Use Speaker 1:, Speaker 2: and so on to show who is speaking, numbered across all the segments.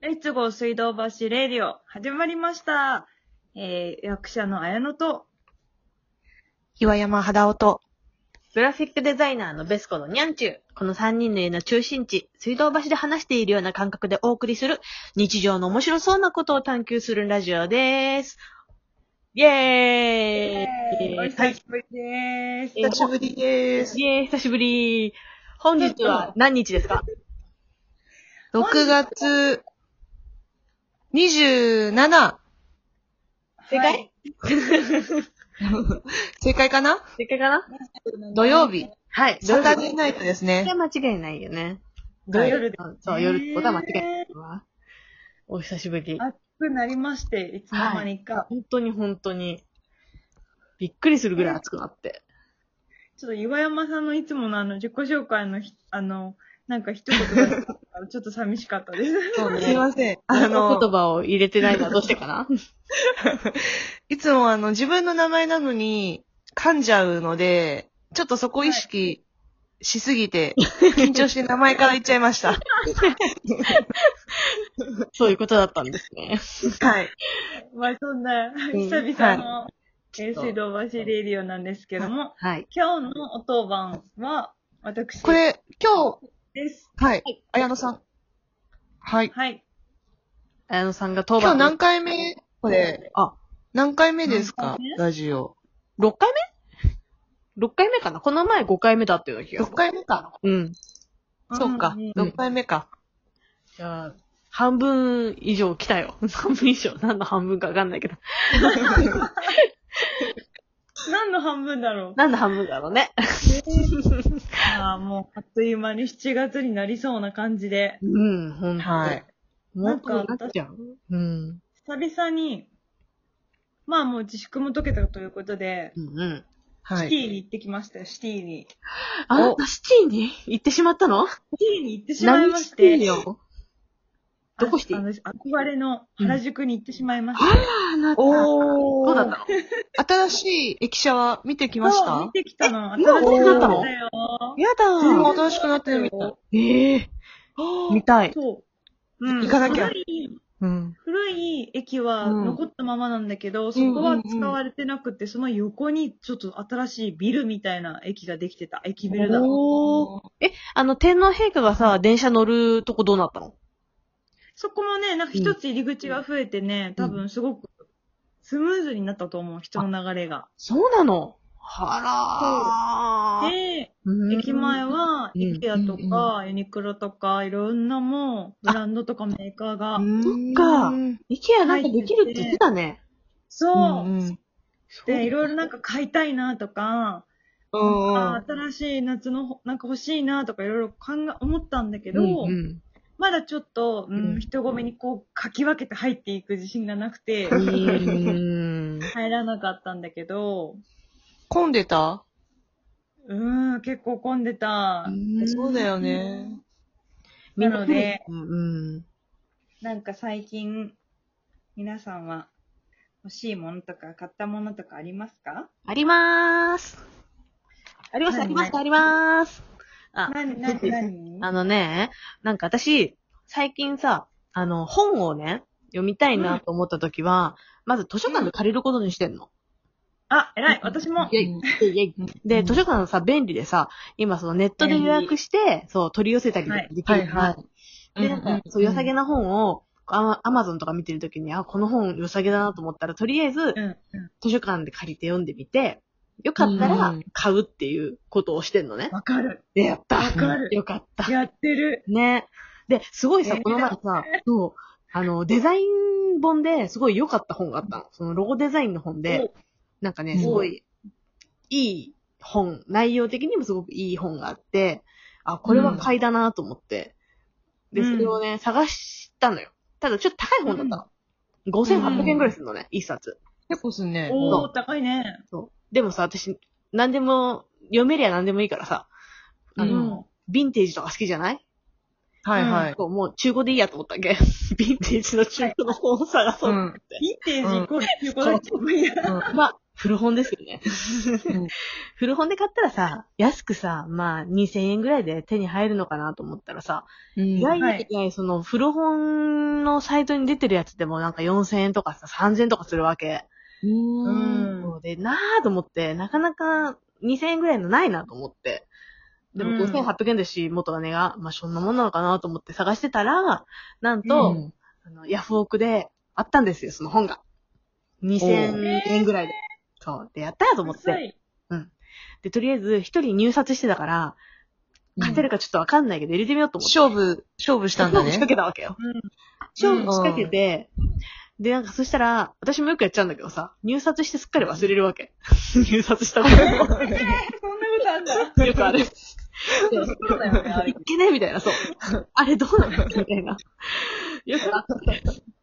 Speaker 1: レッツゴー水道橋レディオ、始まりました。えー、役者の綾乃と、
Speaker 2: 岩山肌音と、
Speaker 3: グラフィックデザイナーのベスコのニャンチュー。この3人の家の中心地、水道橋で話しているような感覚でお送りする、日常の面白そうなことを探求するラジオです。イェーイ
Speaker 1: お久しぶりです。
Speaker 3: えー
Speaker 2: 久しぶりです。
Speaker 3: イェーイ久しぶり本日は何日ですか
Speaker 2: 6月27、
Speaker 3: 正解
Speaker 2: 正解かな
Speaker 3: 正解かな
Speaker 2: 土曜日。
Speaker 3: はい。
Speaker 2: サタデ
Speaker 3: こ
Speaker 2: ーナイトです
Speaker 3: れ
Speaker 2: ね。
Speaker 3: は間違いないよね。
Speaker 1: 土曜日です
Speaker 3: はいそう、夜ってことは間違いないわ。お久しぶり。
Speaker 1: 暑くなりまして、いつの間にか。
Speaker 3: 本当に本当に、びっくりするぐらい暑くなって。
Speaker 1: ちょっと岩山さんのいつものあの、自己紹介のひ、あの、なんか一言がなかったから、ちょっと寂しかったです。
Speaker 3: そう
Speaker 2: すいません。あ
Speaker 3: あの、
Speaker 2: の
Speaker 3: 言、葉を入れてないのはどうしてか な
Speaker 2: いつもあの、自分の名前なのに噛んじゃうので、ちょっとそこ意識しすぎて、緊張して名前から言っちゃいました。
Speaker 3: そういうことだったんですね。
Speaker 2: はい。
Speaker 1: まあそんな、
Speaker 3: ん
Speaker 1: 久々の、えー
Speaker 3: ちょっと
Speaker 1: 水道橋レディオなんですけども、
Speaker 3: はい。
Speaker 1: 今日のお当番は、私
Speaker 2: これ、今
Speaker 1: です。
Speaker 2: 日、はい。綾野さん。はい。
Speaker 1: はい。
Speaker 3: 綾野さんが当
Speaker 2: 今
Speaker 3: 番。
Speaker 2: 日何回目これ、
Speaker 3: あ、
Speaker 2: 何回目ですか
Speaker 1: 何回目
Speaker 2: ラジオ。
Speaker 3: 6回目 ?6 回目かなこの前5回目だったような気がす
Speaker 2: 6
Speaker 3: る。
Speaker 2: 回目か。
Speaker 3: うん。
Speaker 2: そうか
Speaker 1: んん。
Speaker 3: うん
Speaker 2: 6回目か。
Speaker 3: じゃあ、半分以上来たよ。 半分以上。何の半分かわかんないけど。
Speaker 1: 何の半分だろう
Speaker 3: 何の半分だろうね。
Speaker 1: ああ、もう、あっという間に7月になりそうな感じで、
Speaker 3: うん、ほんと。
Speaker 2: はい。。
Speaker 3: もうこうなっちゃう。うん。
Speaker 1: 久々に、まあもう自粛も解けたということで、
Speaker 3: うんうん。
Speaker 2: は
Speaker 1: シテ
Speaker 2: い。
Speaker 1: ィに行ってきましたよ、シティに。シ
Speaker 3: あなたシティに行ってしまったの
Speaker 1: ティに行ってしまいまし
Speaker 3: 何シティ
Speaker 1: て、
Speaker 3: よ。どこシティ
Speaker 1: あの憧れの原宿に行ってしまいまし
Speaker 3: あ
Speaker 1: た。
Speaker 3: ら、あなた。ど
Speaker 2: お
Speaker 3: うだったの
Speaker 2: 新しい駅舎は見てきまし
Speaker 1: そう
Speaker 2: た
Speaker 1: 見てきたの。
Speaker 3: え今
Speaker 1: 新し
Speaker 2: どうだった
Speaker 3: の
Speaker 1: だよ。
Speaker 3: や
Speaker 2: 全然
Speaker 3: だ
Speaker 2: 新しくなってるみたい。
Speaker 3: ええ見たい。
Speaker 1: そう。う
Speaker 2: 行かなきゃ
Speaker 1: 古い、
Speaker 3: うん。
Speaker 1: 古い駅は
Speaker 3: うん
Speaker 1: 残ったままなんだけど、そこは使われてなくて、その横にちょっと新しいビルみたいな駅ができてた。駅ビルだ。
Speaker 3: おーえ、あの、天皇陛下がさ、電車乗るとこどうなったの
Speaker 1: そこもね、なんか一つ入り口が増えてね、
Speaker 3: うん
Speaker 1: 多分すごくスムーズになったと思う、人の流れが。
Speaker 3: そうなのはらー。
Speaker 1: で、
Speaker 3: うん
Speaker 1: 駅前は、
Speaker 3: うん
Speaker 1: イケアとか、ユニクロとか、いろんなもう、ブランドとかメーカーが。
Speaker 2: そ
Speaker 3: っかイケアなんかできるって言ってたね。
Speaker 1: そう、
Speaker 2: うん。
Speaker 1: で、いろいろなんか買いたいなとか、
Speaker 2: うん
Speaker 1: あ新しい夏のほなんか欲しいなとかいろいろ考え、思ったんだけど、
Speaker 3: うんうん
Speaker 1: まだちょっと、うん
Speaker 3: うん
Speaker 1: 人混みにこう、かき分けて入っていく自信がなくて
Speaker 3: う、ーん。
Speaker 1: 入らなかったんだけど、
Speaker 2: 混んでた
Speaker 1: うん、結構混んでた。
Speaker 2: そうだよね。
Speaker 1: なので、
Speaker 3: うん。
Speaker 1: なんか最近、皆さんは欲しいものとか買ったものとかありますか
Speaker 3: ありまーす。あります、あります、ありまーす。あ
Speaker 1: 何、何、何
Speaker 3: あのね、なんか私、最近さ、あの、本をね、読みたいなと思った時は、まず図書館で借りることにしてんの。
Speaker 1: あ、偉い、私も
Speaker 3: イ。ェイイェイで、図書館さ、便利でさ、今そのネットで予約して、そう、取り寄せたりとかできるから、
Speaker 2: はいは
Speaker 3: で、なんか、そう、良さげな本を、アマアマゾンとか見てる時に、あ、この本良さげだなと思ったら、とりあえず
Speaker 1: う、ん、
Speaker 3: 図書館で借りて読んでみて、よかった
Speaker 2: う
Speaker 3: ら
Speaker 2: ん
Speaker 3: 買うっていうことをしてんのね。
Speaker 1: わかる。
Speaker 3: で、やった
Speaker 1: わかる
Speaker 3: よかった。
Speaker 1: やってる。
Speaker 3: ね。で、すごいさ、
Speaker 1: ね
Speaker 3: この前さ、そう、あの、デザイン本ですごい良かった本があったの。そのロゴデザインの本で、なんかね、すごい、いい本、内容的にもすごくいい本があって、あ、これは買いだなと思って、で、
Speaker 1: うん
Speaker 3: それをね、探したのよ。ただちょっと高い本だったの。5800円くらいするのね、一冊。
Speaker 2: 結構すんね。
Speaker 1: お
Speaker 3: そ
Speaker 1: ー、高いね。
Speaker 3: そう。でもさ、私、何でも、読めりゃ何でもいいからさ、あ
Speaker 1: う
Speaker 3: の、
Speaker 1: ん。
Speaker 3: ヴィンテージとか好きじゃない
Speaker 2: はいはい。
Speaker 3: こうもう中古でいいやと思ったっけ ヴィンテージの中古の本を探そうう。
Speaker 2: ん。
Speaker 1: ヴィンテージイコール中古だっちゃうもんや。
Speaker 3: まあ、古本ですよね。古本で買ったらさ、安くさ、まあ2000円ぐらいで手に入るのかなと思ったらさ、
Speaker 2: うん
Speaker 3: 意外にね、その古本のサイトに出てるやつでもなんか4000円とかさ、3000円とかするわけ。
Speaker 2: う
Speaker 1: うん
Speaker 2: ん。
Speaker 3: そうで、なぁと思って、なかなか2000円ぐらいのないなと思って。でも
Speaker 1: うん
Speaker 3: 5800円だし、元金が、まあそんなもんなのかなと思って探してたら、なんと、
Speaker 2: うん
Speaker 3: あのヤフオクであったんですよ、その本が。2000円ぐらいで。そう。で、やったやと思って。
Speaker 1: はい
Speaker 3: で、とりあえず、一人入札してたから、勝てるかちょっとわかんないけど、入れてみようと思って。
Speaker 2: 勝負、勝負したんだ
Speaker 3: 勝負仕掛。
Speaker 2: ね
Speaker 3: けたわけよ。勝負仕掛けて、で、なんかそしたら、私もよくやっちゃうんだけどさ、入札してすっかり忘れるわけ。 入札したこと
Speaker 1: えーそんなことあんだ。
Speaker 3: よくある。
Speaker 1: そうだよね、あれ
Speaker 3: い。けねえみたいな、そう。 あれどうなのみたいな。よくあって。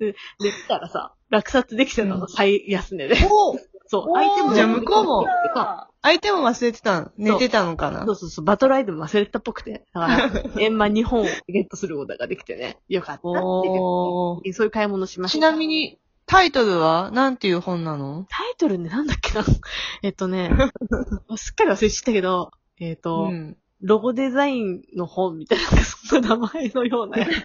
Speaker 3: で、で、来たらさ、落札できてた
Speaker 2: う
Speaker 3: の、
Speaker 2: ん
Speaker 3: 最安値で。
Speaker 2: お
Speaker 3: そう、
Speaker 1: おー
Speaker 3: 相手も。
Speaker 2: じゃあ向こうも
Speaker 3: そう
Speaker 2: 相手も忘れてたん寝てたのかな
Speaker 3: そうそうそう、バトルアイテム忘れてたっぽくて。だか ら、円満2本をゲットすることができてね。よかったって
Speaker 2: おー
Speaker 3: いう。そういう買い物しました。
Speaker 2: ちなみに、タイトルはなんていう本なの
Speaker 3: タイトルね、なんだっけな。えっと ね、すっかり忘れちゃったけど、えっ、と、
Speaker 2: ん。
Speaker 3: ロゴデザインの本みたいな、なんかそんな名前のようなやつ。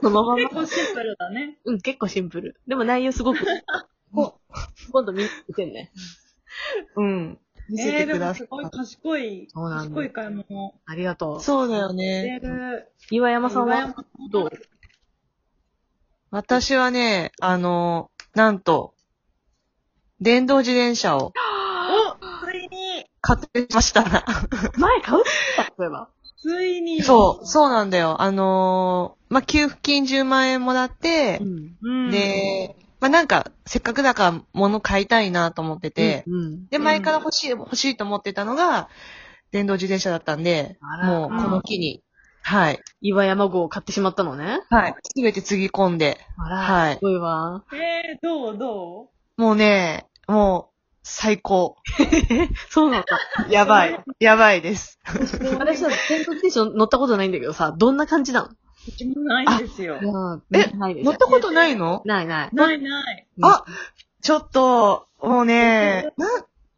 Speaker 3: そのまま
Speaker 1: 結。構シンプルだね。
Speaker 3: うん、結構シンプル。でも内容すごく。こう今度見見てね。
Speaker 2: うん。見せ
Speaker 1: え
Speaker 2: て
Speaker 1: ー、で
Speaker 2: く
Speaker 1: も
Speaker 2: ださ
Speaker 1: す
Speaker 2: い。
Speaker 1: ごい賢い、
Speaker 3: そうなんだ
Speaker 1: 賢い買い物。
Speaker 3: ありがとう。
Speaker 2: そうだよ
Speaker 1: して
Speaker 2: ね。
Speaker 1: る。
Speaker 3: 岩山さんはどう
Speaker 2: 私はね、あの、なんと、電動自転車を
Speaker 1: ついに、
Speaker 2: 買ってきました。
Speaker 3: 前買うって言ったそういえば。
Speaker 1: ついに。
Speaker 2: そう、そうなんだよ。あのーまあ、給付金10万円もらって、
Speaker 3: ん。
Speaker 1: う。うん、
Speaker 2: で、まあ、なんか、せっかくだから物買いたいなと思ってて、
Speaker 3: うん。
Speaker 2: で、前から欲しい、欲しいと思ってたのが、電動自転車だったんで、
Speaker 3: あら
Speaker 2: もうこの機に、はい。
Speaker 3: 岩山号を買ってしまったのね。
Speaker 2: はい。すべてつぎ込んで、
Speaker 3: あら、
Speaker 2: はい
Speaker 3: すごいわ。
Speaker 1: えー、どうど
Speaker 2: もうね、もう、最 高。
Speaker 3: そうなんだ。
Speaker 2: やばい。やばいです。
Speaker 1: う
Speaker 3: 私は電動自転車乗ったことないんだけどさ、どんな感じなの
Speaker 1: うちもないんですよ。
Speaker 2: え
Speaker 3: ないです
Speaker 2: 乗ったことないの
Speaker 3: ないない。
Speaker 1: ないない。
Speaker 3: うん
Speaker 2: あ、ちょっと、もう ね、な、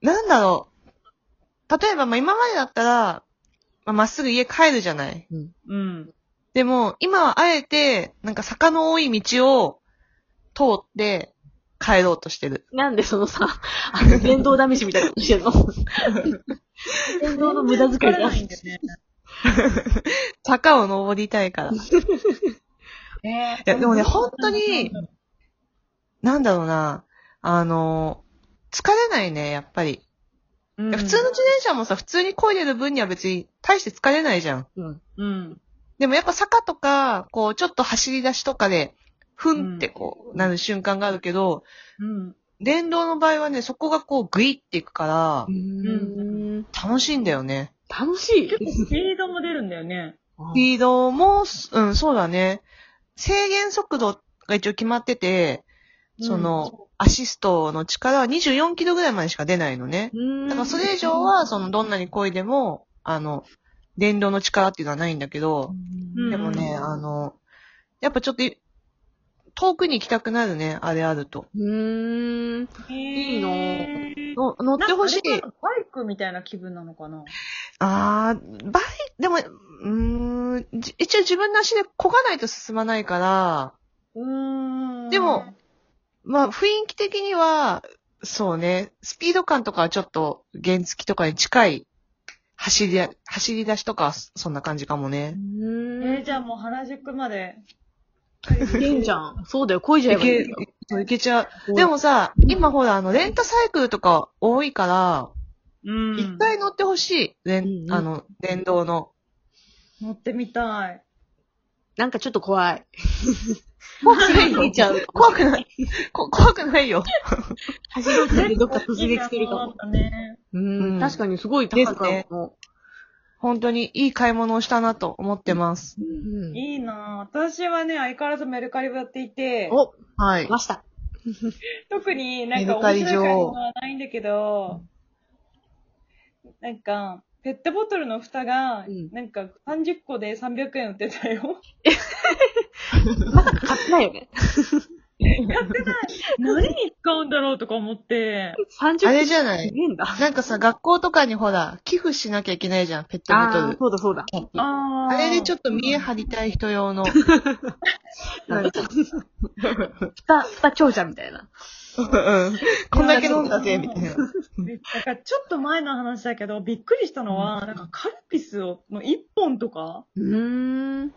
Speaker 2: なんだろう。例えば、まあ、今までだったら、まあまっすぐ家帰るじゃない。
Speaker 1: うん。
Speaker 2: でも、今はあえて、なんか坂の多い道を通って帰ろうとしてる。
Speaker 3: なんでそのさ、あの、電動試しみたいなことしてんの電動の無駄遣い
Speaker 1: わから
Speaker 3: だ
Speaker 1: な。いんだよね。
Speaker 2: 坂を登りたいから。い
Speaker 1: え
Speaker 2: や、でもね、本当に、なんだろうな、あの、疲れないね、やっぱり。
Speaker 1: うん
Speaker 2: いや普通の自転車もさ、普通に漕いでる分には別に大して疲れないじゃん。
Speaker 3: うん。
Speaker 1: うん。
Speaker 2: でもやっぱ坂とか、こう、ちょっと走り出しとかで、ふんってこう、なる瞬間があるけど、
Speaker 1: うん。
Speaker 2: 電動の場合はね、そこがこう、グイっていくから、
Speaker 3: ん。
Speaker 2: 楽しいんだよね。
Speaker 3: 楽しい。
Speaker 1: スピードも出るんだよね。
Speaker 2: スピードも、うん、そうだね。制限速度が一応決まってて、その、アシストの力は24キロぐらいまでしか出ないのね。
Speaker 3: うん
Speaker 2: だからそれ以上は、その、どんなに漕いでも、あの、電動の力っていうのはないんだけど、
Speaker 1: うん
Speaker 2: でもね、あの、やっぱちょっとい、遠くに行きたくなるね、あれあると。
Speaker 3: うん。いいの
Speaker 1: 乗
Speaker 2: の乗ってほしい。
Speaker 1: バイクみたいな気分なのかな
Speaker 2: あー、バイ、でも、うーん、じ一応自分の足で漕がないと進まないから、
Speaker 1: うーん。
Speaker 2: でも、まあ雰囲気的には、そうね、スピード感とかはちょっと原付とかに近い走りや、走り出しとかはそそんな感じかもね。
Speaker 1: え
Speaker 3: う
Speaker 1: ー、じゃあもう原宿まで。
Speaker 3: ん。いいんじゃん。そうだよ、恋じゃえ
Speaker 2: い
Speaker 3: ばいい
Speaker 2: け、
Speaker 3: よ。
Speaker 2: そういけちゃう。でもさ、今ほら、あの、レンタサイクルとか多いから、
Speaker 1: うん
Speaker 2: 一回乗ってほしい。で
Speaker 3: うんうん
Speaker 2: あの、電動の。
Speaker 1: 乗ってみたい。
Speaker 3: なんかちょっと怖い。
Speaker 2: 怖く
Speaker 3: ないよ
Speaker 2: 怖くない。こ怖くないよ。
Speaker 3: 走ろうとしてどっか突撃するかも。
Speaker 1: いいねそうだね。
Speaker 3: うん。確かにすごい高いかも。
Speaker 2: 本当にいい買い物をしたなと思ってます。
Speaker 3: うん
Speaker 1: いいなぁ私はね、相変わらずメルカリをやっていて、
Speaker 3: お、
Speaker 2: は
Speaker 3: ました。
Speaker 1: 特になん
Speaker 2: メ
Speaker 1: か
Speaker 2: ル
Speaker 1: 面白
Speaker 2: カリ
Speaker 1: い買い
Speaker 2: 女王
Speaker 1: 物はないんだけど、なんか、ペットボトルの蓋が
Speaker 3: うん、
Speaker 1: なんか30個で300円売ってたよ。
Speaker 3: まだ買ってないよね。
Speaker 1: やってない。何に使うんだろうとか思って。
Speaker 3: 30分。
Speaker 2: あれじゃない
Speaker 3: すげえんだ。
Speaker 2: なんかさ、学校とかにほら、寄付しなきゃいけないじゃん、ペットボト
Speaker 3: あー
Speaker 2: ル。
Speaker 3: そうだそうだ。
Speaker 2: キャップあ
Speaker 1: あ
Speaker 2: れでちょ
Speaker 1: っ
Speaker 2: っと見え張りたい人用 の。
Speaker 3: なんか、ふた、ふた長者みたいな。
Speaker 2: うんこんだけ飲んだぜ、みたいな。
Speaker 1: と。なんかちょっと前の話だけど、びっくりしたのは、なんかカルピスを、の1本とか、
Speaker 3: うーん。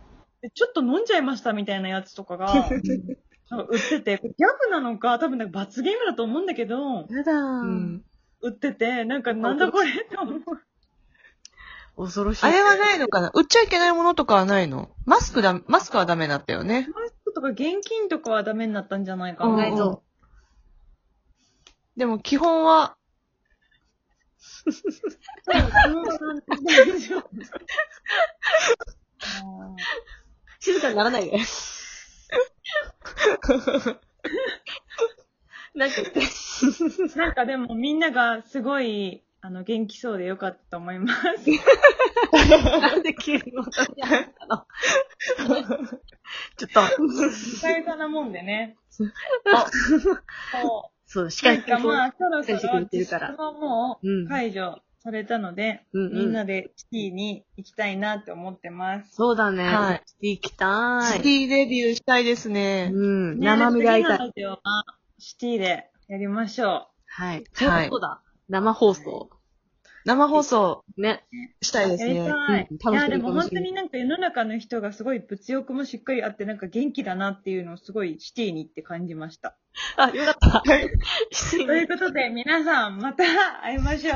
Speaker 1: でちょっと飲んじゃいましたみたいなやつとか が、なんか売ってて、これギャグなのか、多分なんか罰ゲームだと思うんだけど、
Speaker 3: やだー。
Speaker 2: うん
Speaker 1: 売ってて、なんかなんだこれって思う。
Speaker 3: 恐ろしい。
Speaker 2: あれはないのかな売っちゃいけないものとかはないのマスクだ、マスクはダメだったよね。
Speaker 1: マスクとか現金とかはダメになったんじゃないか
Speaker 3: 考
Speaker 1: な。
Speaker 3: えそ
Speaker 2: でも基本は、
Speaker 3: う。静かになら ないで。なんか言って。
Speaker 1: なんかでもみんながすごい、あの、元気そうでよかったと思います。
Speaker 3: なんで急に私に話したのちょっと。
Speaker 1: 久々なもんでね。そ
Speaker 3: そう、し
Speaker 1: う。な
Speaker 3: か
Speaker 1: んか
Speaker 3: し、
Speaker 1: まあ、そろそ
Speaker 3: しっか
Speaker 1: ろ
Speaker 3: りしてくれてるから
Speaker 1: 実装も
Speaker 3: うん
Speaker 1: う解除されたので、
Speaker 3: うんうん
Speaker 1: みんなでシティに行きたいなって思ってます。
Speaker 3: そうだね。
Speaker 2: はい
Speaker 3: 行きた
Speaker 2: シテ
Speaker 3: い。
Speaker 2: ィデビューしたいですね。
Speaker 3: うん。生身が
Speaker 1: ね
Speaker 3: 痛
Speaker 1: 次の
Speaker 3: い。
Speaker 1: ラジオはシティでやりましょ。
Speaker 3: はい。そうだ。生放送。
Speaker 2: 生放送
Speaker 3: ね。
Speaker 2: したいうで
Speaker 1: や
Speaker 2: す
Speaker 1: りた
Speaker 2: ね。
Speaker 1: い。
Speaker 3: うん楽し
Speaker 1: い
Speaker 3: み
Speaker 1: や、でも
Speaker 3: 楽
Speaker 1: 本
Speaker 3: しみ
Speaker 1: 当になんか世の中の人がすごい物欲もしっかりあって、なんか元気だなっていうのをすごいシティに行って感じ ました。
Speaker 3: あ、よかった。失礼
Speaker 1: ということで皆さんまた会いましょう。